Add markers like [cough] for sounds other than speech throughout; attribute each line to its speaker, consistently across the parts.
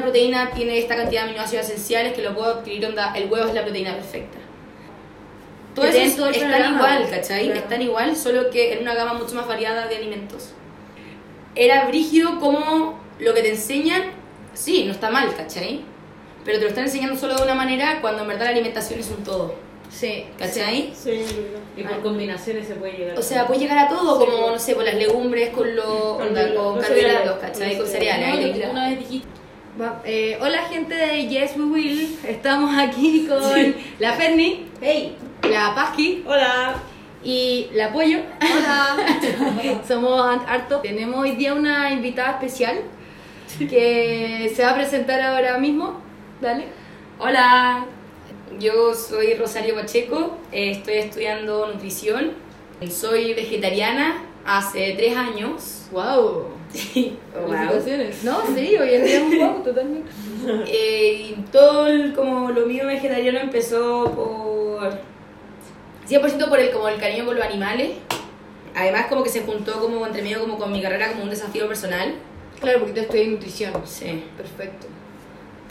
Speaker 1: proteína tiene esta cantidad de aminoácidos esenciales que lo puedo adquirir, onda, el huevo es la proteína perfecta. Todo
Speaker 2: Que
Speaker 1: eso
Speaker 2: tienen
Speaker 1: es-
Speaker 2: todo el
Speaker 1: están
Speaker 2: programa,
Speaker 1: igual,
Speaker 2: pues,
Speaker 1: ¿cachai?
Speaker 2: claro.
Speaker 1: Están igual, solo que en una gama mucho más variada de alimentos. Era brígido como lo que te enseñan, sí, no está mal, ¿cachai? Pero te lo están enseñando solo de una manera cuando en verdad la alimentación es un todo,
Speaker 2: Sí.
Speaker 1: ¿cachai?
Speaker 3: Sí, verdad.
Speaker 4: Y por [laughs] combinaciones se puede llegar.
Speaker 1: O sea, puede llegar a todo,
Speaker 3: Sí,
Speaker 1: como,
Speaker 3: pues.
Speaker 1: no sé, con las legumbres, con los
Speaker 3: Con
Speaker 1: onda,
Speaker 3: los-
Speaker 1: con
Speaker 3: los
Speaker 1: carbohidratos,
Speaker 3: cereales,
Speaker 1: ¿cachai?
Speaker 3: los
Speaker 1: Con
Speaker 3: cereales.
Speaker 1: cereales. ahí lo-
Speaker 4: una vez dijiste.
Speaker 2: Va- eh, hola gente de Yes We Will, estamos aquí con la Ferni,
Speaker 3: ¡Hey!
Speaker 2: la Pasqui
Speaker 3: ¡Hola!
Speaker 2: y la Pollo. Hola. [laughs] Somos hartos. Tenemos hoy día una invitada especial que se va a presentar ahora mismo. Dale.
Speaker 1: Hola, yo soy Rosario Pacheco, eh, estoy estudiando nutrición, soy vegetariana hace tres años.
Speaker 2: Wow.
Speaker 1: Wow.
Speaker 2: Felicitaciones. No, sí, hoy en día es un wow totalmente.
Speaker 1: [laughs] Eh, y todo el- como lo mío vegetariano empezó por 100% por el como el cariño por los animales. Además como que se juntó como entre medio como con mi carrera como un desafío personal.
Speaker 2: Claro, porque tú estudias nutrición.
Speaker 1: Sí.
Speaker 2: Perfecto.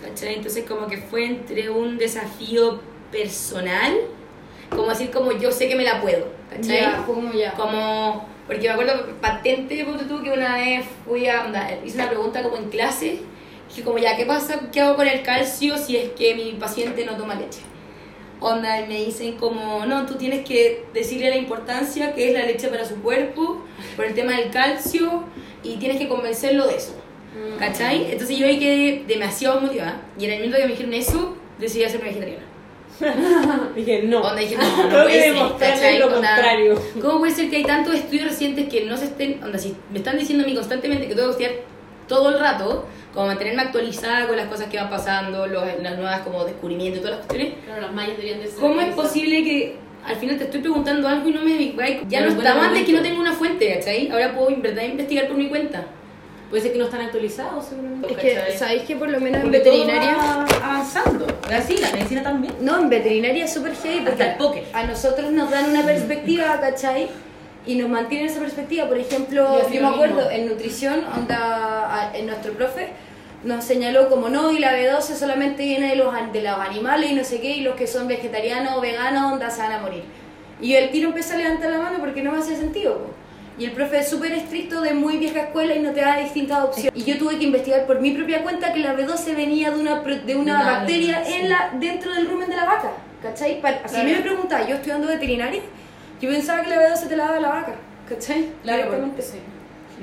Speaker 1: ¿Cachai? Entonces como que fue entre un desafío personal, como decir como yo sé que me la puedo, ¿cachai?
Speaker 2: Ya, fue como ya.
Speaker 1: Como, porque me acuerdo que patente, ponte tú, que una vez fui a, onda, hice una pregunta como en clase, que como ya, ¿qué pasa, qué hago con el calcio si es que mi paciente no toma leche? Onda, y me dicen como, no, tú tienes que decirle la importancia que es la leche para su cuerpo, por el tema del calcio, y tienes que convencerlo de eso,
Speaker 2: Mm.
Speaker 1: ¿cachai? Entonces yo ahí quedé demasiado motivada, y en el momento que me dijeron eso, decidí hacerme vegetariana.
Speaker 3: Dije, no.
Speaker 1: Onda, dije, no, no
Speaker 3: Tengo
Speaker 1: puede
Speaker 3: que
Speaker 1: ser,
Speaker 3: demostrarles
Speaker 1: ¿cachai?
Speaker 3: lo
Speaker 1: Onda,
Speaker 3: contrario.
Speaker 1: ¿Cómo puede ser que hay tantos estudios recientes que no se estén, onda, si me están diciendo a mí constantemente que tengo que estudiar todo el rato, como mantenerme actualizada con las cosas que van pasando, los- las nuevas como descubrimientos, todas las cuestiones,
Speaker 4: Claro, las mayas deberían de ser.
Speaker 1: ¿cómo es posible que al final te estoy preguntando algo y no me... Ya
Speaker 4: Pero
Speaker 1: no
Speaker 4: en buen
Speaker 1: estaba antes que no
Speaker 4: momento.
Speaker 1: tengo una fuente, ¿cachai? Ahora puedo en verdad investigar por mi cuenta.
Speaker 4: Puede ser que no están actualizados, seguramente.
Speaker 2: Es que,
Speaker 4: ¿cachai?
Speaker 2: ¿sabéis que por lo menos en
Speaker 4: Porque todo
Speaker 2: veterinaria...
Speaker 4: va Avanzando. Así, Ah, la medicina también.
Speaker 2: No, en veterinaria es súper heavy porque
Speaker 4: Hasta el póker.
Speaker 2: a nosotros nos dan una perspectiva, ¿cachai? Y nos mantienen esa perspectiva. Por
Speaker 4: Y
Speaker 2: ejemplo,
Speaker 4: así
Speaker 2: yo
Speaker 4: lo
Speaker 2: me acuerdo
Speaker 4: mismo.
Speaker 2: en nutrición, onda, a- en nuestro profe nos señaló como no, y la B12 solamente viene de los, an- de los animales y no sé qué, y los que son vegetarianos o veganos, onda, se van a morir. Y yo el tiro empecé a levantar la mano porque no me hacía sentido. po. Y el profe es súper estricto de muy vieja escuela y no te da distintas opciones. Y yo tuve que investigar por mi propia cuenta que la B12 venía de una, pro- de una
Speaker 4: Una
Speaker 2: bacteria
Speaker 4: bacteria,
Speaker 2: en
Speaker 4: sí.
Speaker 2: la, dentro del rumen de la vaca. ¿Cachai? Pa- Si a mí me preguntaba, yo estudiando veterinaria, yo pensaba que la B12 te la daba la vaca. ¿Cachai? Directamente.
Speaker 4: sí.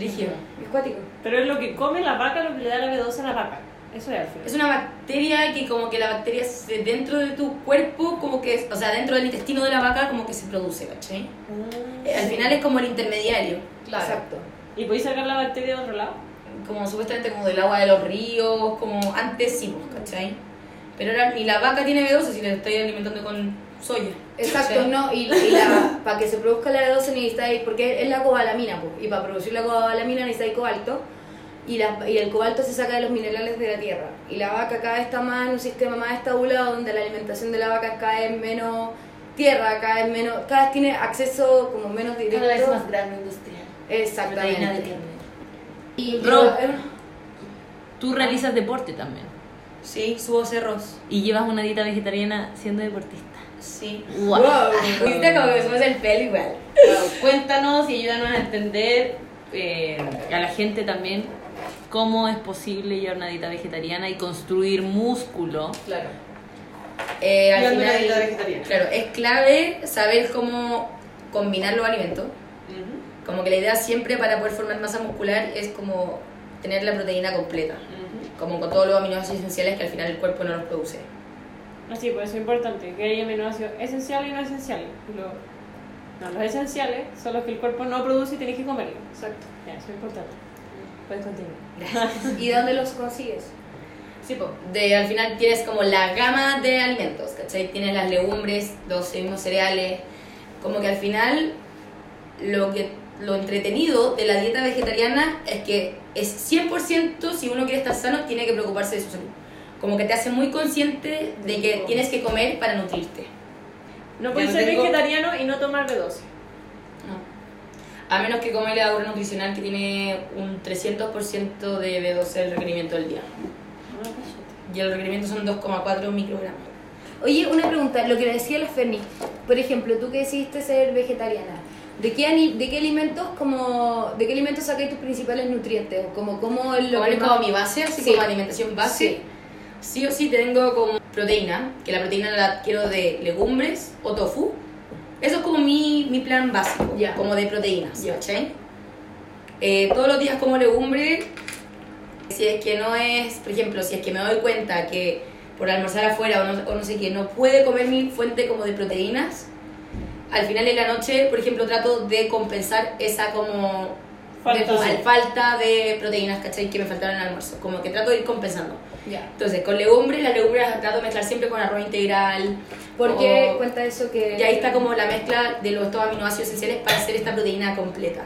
Speaker 1: Rígido.
Speaker 2: Es cuático.
Speaker 3: Pero es lo que come la vaca, lo que le da la B12 a la vaca. Eso es al final.
Speaker 1: Es una bacteria que como que la bacteria se- dentro de tu cuerpo, como que, o sea, dentro del intestino de la vaca como que se produce, ¿cachai? Eh, Al final es como el intermediario.
Speaker 4: Claro.
Speaker 2: Exacto.
Speaker 3: Mm. ¿Y podéis sacar la bacteria de otro lado?
Speaker 1: como supuestamente como del agua de los ríos, como antes sí, pues, ¿cachai? Pero ahora ni la vaca tiene B12 si la estoy alimentando con soya.
Speaker 2: Exacto,
Speaker 1: Sí.
Speaker 2: no, y, y la, para que se produzca la B12 necesitáis, porque es la cobalamina, po, y para producir la cobalamina necesitáis cobalto, y, la- y el cobalto se saca de los minerales de la tierra, y la vaca cada vez está más en un sistema más estabulado, donde la alimentación de la vaca es cada vez menos tierra, cada vez menos, cada vez tiene acceso como menos directo.
Speaker 4: Cada vez más grande industrial. Proteína de
Speaker 2: Exactamente.
Speaker 4: carne.
Speaker 2: Y
Speaker 4: Ro-
Speaker 2: yo- eh,
Speaker 4: Tú realizas deporte también.
Speaker 1: Sí, subo cerros.
Speaker 4: Y llevas una dieta vegetariana siendo deportista.
Speaker 1: Sí.
Speaker 4: Wow.
Speaker 1: Viste como que subes el pelo igual.
Speaker 4: Cuéntanos y ayúdanos a entender eh, a la gente también cómo es posible llevar una dieta vegetariana y construir músculo.
Speaker 1: Claro. Eh, al
Speaker 3: Yo ando en la dieta
Speaker 1: final,
Speaker 3: vegetariana.
Speaker 1: claro, es clave saber cómo combinar los alimentos. Como que la idea siempre para poder formar masa muscular es como tener la proteína completa. Como con todos los aminoácidos esenciales que al final el cuerpo no los produce.
Speaker 3: Así, por eso es importante que hay aminoácidos esenciales y no esenciales. Lo- no, los esenciales son los que el cuerpo no produce y tienes que comerlos. Exacto. Ya, eso es importante. Puedes continuar.
Speaker 2: ¿Y de dónde los consigues?
Speaker 1: Sí, po. de, al final tienes como la gama de alimentos, ¿cachai? Tienes las legumbres, los mismos cereales, como que al final lo, que, lo entretenido de la dieta vegetariana es que es 100% si uno quiere estar sano, tiene que preocuparse de su salud. Como que te hace muy consciente de que tienes que comer para nutrirte.
Speaker 3: No puedes
Speaker 1: no
Speaker 3: ser
Speaker 1: tengo-
Speaker 3: vegetariano y no tomar B12.
Speaker 1: A menos que comas la obra nutricional que tiene un 300% de B12 del requerimiento del día.
Speaker 3: no, Ah, cállate.
Speaker 1: Y el requerimiento son 2,4 microgramos.
Speaker 2: Oye, una pregunta, lo que le decía la Ferni, por ejemplo, tú que decidiste ser vegetariana, ¿de qué, ani- de qué alimentos como de qué alimentos sacáis tus principales nutrientes? O como como lo
Speaker 1: Lo
Speaker 2: que
Speaker 1: que
Speaker 2: más-
Speaker 1: como mi base, así
Speaker 2: Sí.
Speaker 1: como alimentación base, sí. o sí tengo como proteína, que la proteína la adquiero de legumbres o tofu. Eso es como mi, mi plan básico,
Speaker 2: Ya.
Speaker 1: como de proteínas,
Speaker 2: Ya.
Speaker 1: ¿cachai? Eh, todos los días como legumbre, si es que no es, por ejemplo, si es que me doy cuenta que por almorzar afuera o no, o no sé qué, no puede comer mi fuente como de proteínas, al final de la noche, por ejemplo, trato de compensar esa como
Speaker 3: Falta.
Speaker 1: de, fal- falta de proteínas, ¿cachai? Que me faltaron en el almuerzo. Como que trato de ir compensando.
Speaker 2: Ya.
Speaker 1: Entonces, con legumbres, las legumbres las trato de mezclar siempre con arroz integral.
Speaker 2: Porque
Speaker 1: o-
Speaker 2: cuenta eso que
Speaker 1: Y ahí está como la mezcla de los dos aminoácidos esenciales para hacer esta proteína completa.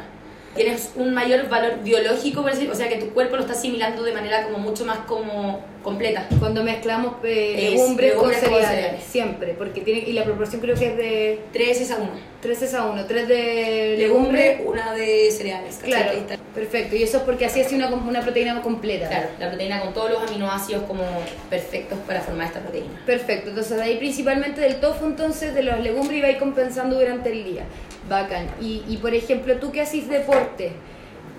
Speaker 1: Tienes un mayor valor biológico, por decir- o sea que tu cuerpo lo está asimilando de manera como mucho más como completa.
Speaker 2: cuando mezclamos eh,
Speaker 1: Es
Speaker 2: legumbres,
Speaker 1: legumbres
Speaker 2: con
Speaker 1: con
Speaker 2: cereales,
Speaker 1: cereales.
Speaker 2: siempre, porque tiene y la proporción creo que es de
Speaker 1: 3 es a 1.
Speaker 2: 3 es a 1, 3 de
Speaker 1: Legumbre,
Speaker 2: legumbres,
Speaker 1: una de cereales. ¿cachai?
Speaker 2: claro,
Speaker 1: Ahí está.
Speaker 2: perfecto, y eso es porque así es una com- una proteína completa.
Speaker 1: Claro, la proteína con todos los aminoácidos como perfectos para formar esta proteína.
Speaker 2: Perfecto, entonces de ahí principalmente del tofu, entonces de los legumbres y vais compensando durante el día. Bacán. Y, y, por ejemplo, tú que haces deporte,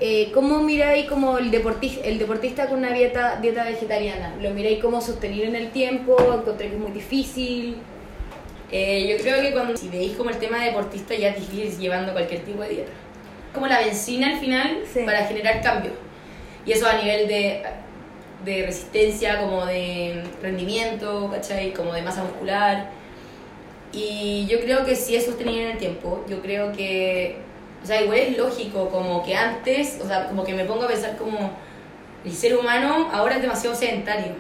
Speaker 2: eh, ¿cómo miráis como el deportista, el deportista con una dieta, dieta vegetariana? ¿Lo miráis como sostenido en el tiempo? ¿Encontráis que es muy difícil?
Speaker 1: Eh, yo creo que cuando si veis como el tema deportista ya es difícil llevando cualquier tipo de dieta. Como la benzina al final
Speaker 2: Sí.
Speaker 1: para generar cambios. Y eso a nivel de, de resistencia, como de rendimiento, ¿cachai? Como de masa muscular. Y yo creo que sí es sostenible en el tiempo. Yo creo que, o sea, igual es lógico, como que antes, o sea, como que me pongo a pensar como el ser humano ahora es demasiado sedentario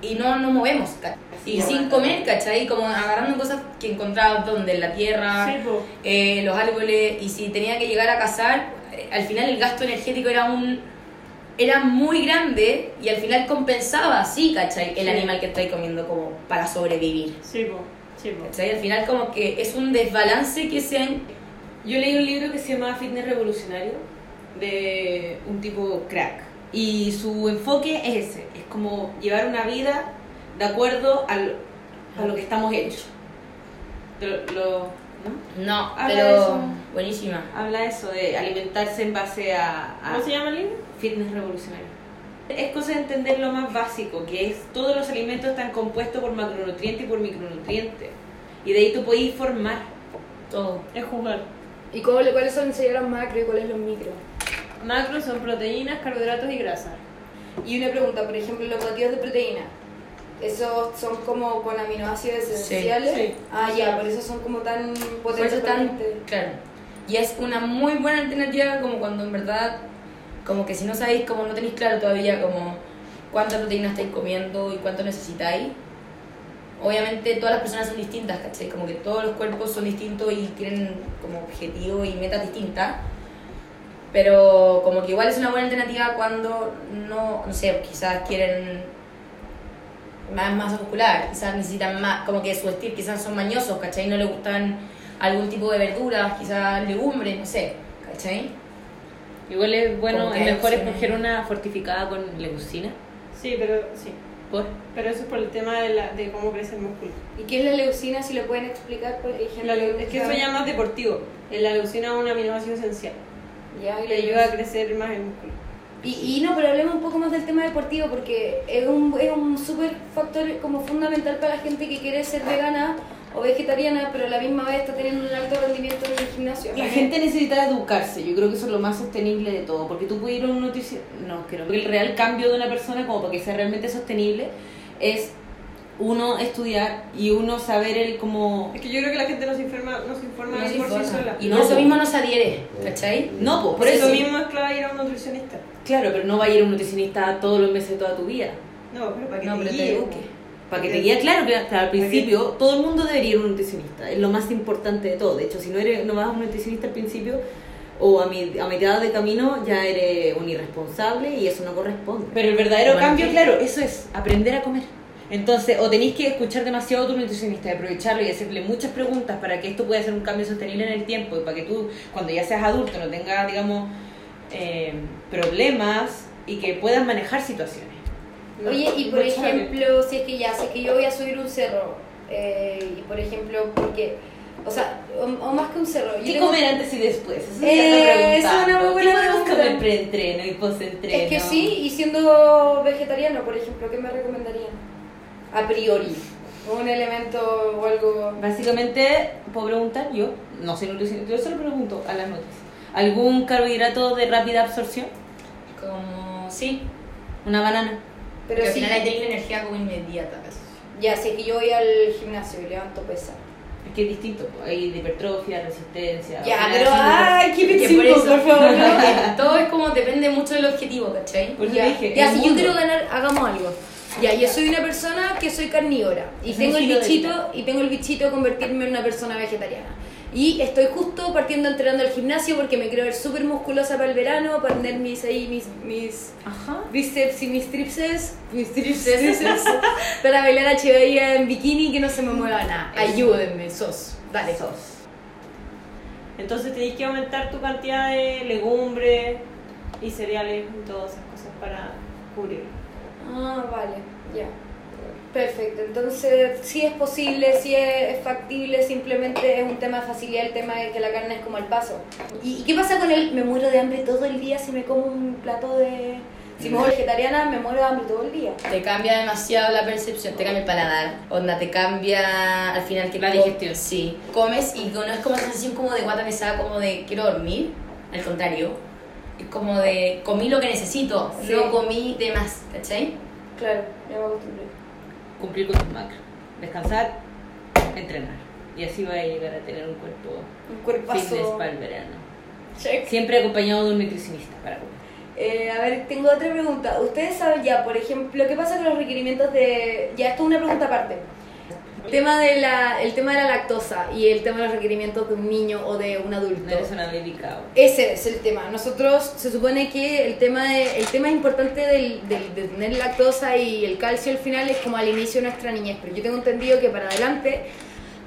Speaker 1: y no nos movemos, ¿cachai? Y
Speaker 4: Sí,
Speaker 1: sin
Speaker 4: bueno.
Speaker 1: comer, ¿cachai? Como agarrando cosas que encontraba donde, en la tierra,
Speaker 3: Sí, po.
Speaker 1: eh, los árboles, y si tenía que llegar a cazar, eh, al final el gasto energético era un era muy grande y al final compensaba, sí, ¿cachai? El
Speaker 3: Sí.
Speaker 1: animal que estáis comiendo como para sobrevivir.
Speaker 3: Sí, po. Sí, po.
Speaker 1: ¿Cachai? Al final como que es un desbalance que se han...
Speaker 4: Yo leí un libro que se llama Fitness Revolucionario de un tipo crack. Y su enfoque es ese, es como llevar una vida de acuerdo al- a lo que estamos hechos. Lo- lo- ¿no?
Speaker 1: No,
Speaker 4: Habla de
Speaker 1: pero
Speaker 4: eso.
Speaker 1: buenísima.
Speaker 4: Habla eso de alimentarse en base a, a
Speaker 3: ¿Cómo se llama el libro?
Speaker 4: fitness revolucionario. Es cosa de entender lo más básico, que es todos los alimentos están compuestos por macronutrientes y por micronutrientes. Y de ahí tú podés formar.
Speaker 1: Todo.
Speaker 3: Es jugar.
Speaker 2: ¿Y cómo, le- cuáles son serían los macro y cuáles los micro?
Speaker 3: Macros son proteínas, carbohidratos y grasa.
Speaker 2: Y una pregunta, por ejemplo, los batidos de proteína. ¿Esos son como con aminoácidos
Speaker 1: esenciales?
Speaker 3: sí.
Speaker 2: Ah,
Speaker 3: ya, por
Speaker 2: eso son como tan
Speaker 1: Por eso tan- claro. Y es una muy buena alternativa como cuando en verdad, como que si no sabéis, como no tenéis claro todavía como cuánta proteína estáis comiendo y cuánto necesitáis. Obviamente todas las personas son distintas, ¿cachai? Como que todos los cuerpos son distintos y tienen como objetivos y metas distintas. Pero como que igual es una buena alternativa cuando no, no sé, quizás quieren más masa muscular, quizás necesitan más, como que su estilo, quizás son mañosos, ¿cachai? No le gustan algún tipo de verduras, quizás legumbres, no sé, ¿cachai?
Speaker 4: Igual es
Speaker 1: Como
Speaker 4: bueno,
Speaker 1: que
Speaker 4: es
Speaker 1: hay
Speaker 4: mejor
Speaker 1: opciones.
Speaker 4: escoger una fortificada con leucina.
Speaker 3: Sí, pero sí.
Speaker 4: ¿Por?
Speaker 3: Pero eso es por el tema de, la, de cómo crece el músculo.
Speaker 2: ¿Y qué es la leucina? Si lo pueden explicar, porque hay gente
Speaker 3: La leu- es
Speaker 2: no
Speaker 3: que eso
Speaker 2: sabe.
Speaker 3: ya más deportivo. Eh, La leucina es un aminoácido esencial.
Speaker 2: Ya, y
Speaker 3: Le
Speaker 2: la
Speaker 3: ayuda a
Speaker 2: ayuda.
Speaker 3: crecer más el músculo.
Speaker 2: Y, y no, pero hablemos un poco más del tema deportivo, porque es un, es un súper factor como fundamental para la gente que quiere ser vegana o vegetariana, pero a la misma vez está teniendo un alto rendimiento en el gimnasio.
Speaker 4: La gente necesita educarse, yo creo que eso es lo más sostenible de todo, porque tú puedes ir a un noticiero, no, creo que el real cambio de una persona como para que sea realmente sostenible es uno estudiar y uno saber el como
Speaker 3: Es que yo creo que la gente no se informa, no se informa
Speaker 1: No se
Speaker 3: por sí
Speaker 1: informa.
Speaker 3: sola.
Speaker 1: Y
Speaker 4: No,
Speaker 1: por eso
Speaker 4: po.
Speaker 1: mismo no se adhiere, ¿cachai?
Speaker 4: no, pues por
Speaker 3: Por eso
Speaker 4: eso
Speaker 3: mismo es clave ir a un nutricionista.
Speaker 4: Claro, pero no va a ir a un nutricionista todos los meses de toda tu vida.
Speaker 3: No, pero para que
Speaker 1: No,
Speaker 3: te
Speaker 1: pero te
Speaker 3: guíe.
Speaker 1: eduque.
Speaker 4: Para que te guíe, claro que hasta al principio todo el mundo debería ir a un nutricionista, es lo más importante de todo. De hecho, si no eres no vas a un nutricionista al principio o a, mi- a mitad de camino ya eres un irresponsable y eso no corresponde. Pero el verdadero
Speaker 1: Bueno,
Speaker 4: cambio,
Speaker 1: ¿qué?
Speaker 4: claro, eso es aprender a comer. Entonces, o tenéis que escuchar demasiado a tu nutricionista, aprovecharlo y hacerle muchas preguntas para que esto pueda ser un cambio sostenible en el tiempo y para que tú, cuando ya seas adulto, no tengas, digamos, eh, problemas y que puedas manejar situaciones.
Speaker 3: No,
Speaker 2: Oye, y por
Speaker 3: no sabe.
Speaker 2: ejemplo, si es que ya, si es que yo voy a subir un cerro, eh, y por ejemplo, porque, o sea, o, o más que un cerro, yo
Speaker 4: ¿Qué
Speaker 2: tengo-
Speaker 4: comer antes y después? Eso
Speaker 2: Eh,
Speaker 4: se está
Speaker 2: es una muy
Speaker 4: preguntando.
Speaker 2: buena
Speaker 4: ¿Qué podemos
Speaker 2: pregunta.
Speaker 4: comer pre-entreno y post-entreno?
Speaker 2: es que sí, y siendo vegetariano, por ejemplo, ¿qué me recomendarían? A priori, un elemento o algo...
Speaker 4: Básicamente, puedo preguntar yo, no soy nutricionista, yo solo pregunto a las notas. ¿Algún carbohidrato de rápida absorción?
Speaker 1: Como, sí,
Speaker 4: Una banana.
Speaker 1: pero
Speaker 2: Pero
Speaker 1: al
Speaker 2: sí,
Speaker 1: final ahí tenéis la energía como inmediata. casi.
Speaker 2: ya, si es que yo voy al gimnasio y levanto pesas.
Speaker 4: Es que es distinto, hay de hipertrofia, resistencia.
Speaker 2: Ya,
Speaker 4: Al final
Speaker 2: pero,
Speaker 4: es un-
Speaker 2: ay, keep it
Speaker 1: Que
Speaker 2: simple,
Speaker 1: por eso-
Speaker 2: por favor. ¿no?
Speaker 1: Todo es como depende mucho del objetivo, ¿cachai?
Speaker 4: Por eso
Speaker 2: ya,
Speaker 4: Pues dije,
Speaker 2: ya,
Speaker 4: el
Speaker 2: si yo
Speaker 4: mundo.
Speaker 2: quiero ganar, hagamos algo. Ya, yo soy una persona que soy carnívora y
Speaker 4: Es
Speaker 2: tengo
Speaker 4: un
Speaker 2: el
Speaker 4: estilo de
Speaker 2: bichito y
Speaker 4: vida.
Speaker 2: tengo el bichito de convertirme en una persona vegetariana. Y estoy justo partiendo entrenando al gimnasio porque me quiero ver súper musculosa para el verano, para tener mis ahí mis mis
Speaker 4: Ajá.
Speaker 2: bíceps y mis tripses, mis tripses,
Speaker 4: [laughs]
Speaker 2: para bailar a Chevaya en bikini y que no se me mueva nada.
Speaker 4: Eso.
Speaker 2: Ayúdenme, sos. Dale, sos.
Speaker 3: Entonces tenéis que aumentar tu cantidad de legumbres y cereales y todas esas cosas para cubrir.
Speaker 2: Ah, vale, ya. Perfecto, entonces si es posible, si es factible, simplemente es un tema de facilidad el tema de que la carne es como el paso. ¿Y, y qué pasa con él? Me muero de hambre todo el día si me como un plato de... Si me hago vegetariana, me muero de hambre todo el día.
Speaker 1: Te cambia demasiado la percepción, te cambia el paladar, onda, te cambia al final que
Speaker 4: La
Speaker 1: co-
Speaker 4: digestión.
Speaker 1: Sí, comes y no es como una sensación como de guata pesada, como de quiero dormir, al contrario, es como de comí lo que necesito,
Speaker 2: Sí.
Speaker 1: no comí de más, ¿cachai?
Speaker 2: Claro, ya me acostumbré.
Speaker 4: Cumplir con tus macros. Descansar, entrenar. Y así va a llegar a tener un cuerpo
Speaker 2: Un
Speaker 4: fitness
Speaker 2: cuerpazo.
Speaker 4: para el verano.
Speaker 2: Check.
Speaker 4: Siempre acompañado de un nutricionista para comer.
Speaker 2: Eh, a ver, tengo otra pregunta. Ustedes saben ya, por ejemplo, qué pasa con los requerimientos de... Ya, esto es una pregunta aparte. El tema, de la, el tema de la lactosa y el tema de los requerimientos de un niño o de un adulto.
Speaker 4: No eres una baby cow.
Speaker 2: Ese es el tema. Nosotros se supone que el tema de, el tema importante del, del- de tener lactosa y el calcio al final es como al inicio de nuestra niñez, pero yo tengo entendido que para adelante,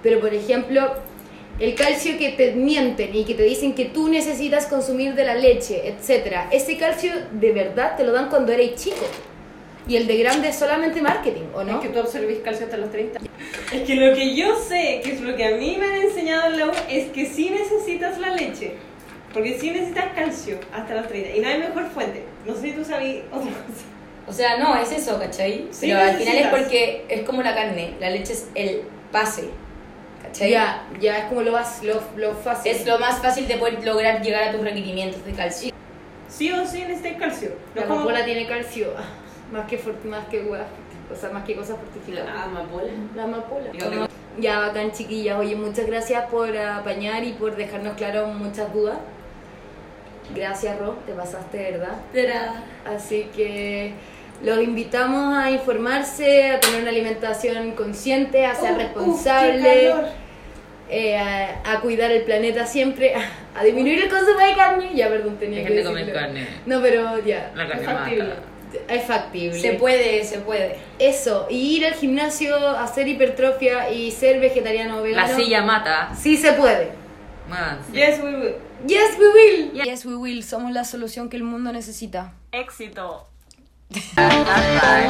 Speaker 2: pero por ejemplo, el calcio que te mienten y que te dicen que tú necesitas consumir de la leche, etcétera, ese calcio de verdad te lo dan cuando eres chico. Y el de grande es solamente marketing, ¿o no?
Speaker 3: Es que tú absorbís calcio hasta
Speaker 1: [laughs]
Speaker 3: los 30. Es que lo que yo sé, que es lo que a mí me han enseñado en la U, es que sí necesitas la leche. Porque sí necesitas calcio hasta los 30. Y no hay mejor fuente. No sé si tú sabías otra cosa.
Speaker 1: O sea, no, es eso, ¿cachai?
Speaker 3: Sí,
Speaker 1: Pero al final
Speaker 3: necesitas.
Speaker 1: es porque es como la carne, la leche es el pase, ¿cachai?
Speaker 2: Ya, ya es como lo, vas- lo, lo fácil.
Speaker 1: Es lo más fácil de poder lograr llegar a tus requerimientos de calcio.
Speaker 3: Sí o sí necesitas calcio. No
Speaker 2: La
Speaker 3: como-
Speaker 2: amapola tiene calcio, [laughs] más que, fort- más que huevas, o sea, más que cosas fortificadas.
Speaker 4: Amapola.
Speaker 3: Oh,
Speaker 2: La amapola.
Speaker 4: Yo creo-
Speaker 2: Ya, bacán, chiquillas. Oye, muchas gracias por apañar y por dejarnos claro muchas dudas. Gracias, Ro, te pasaste, ¿verdad? Así que los invitamos a informarse, a tener una alimentación consciente, a ser
Speaker 3: Uh, uh, qué
Speaker 2: responsable,
Speaker 3: calor.
Speaker 2: eh, a, a cuidar el planeta siempre, [laughs] a disminuir el consumo de carne. Ya, perdón, tenía que
Speaker 4: Dejen de comer
Speaker 2: decirlo.
Speaker 4: carne.
Speaker 2: No, pero ya,
Speaker 4: La
Speaker 3: Es
Speaker 4: carne
Speaker 3: factible.
Speaker 4: mata.
Speaker 2: es factible.
Speaker 1: Se puede, se puede.
Speaker 2: Eso, y ir al gimnasio, hacer hipertrofia y ser vegetariano o
Speaker 4: La
Speaker 2: vegano.
Speaker 4: silla mata.
Speaker 2: Sí se puede.
Speaker 4: Más.
Speaker 3: Yes, we will.
Speaker 2: Yes, we will. Yes, we will. Somos la solución que el mundo necesita.
Speaker 3: Éxito.
Speaker 4: Bye.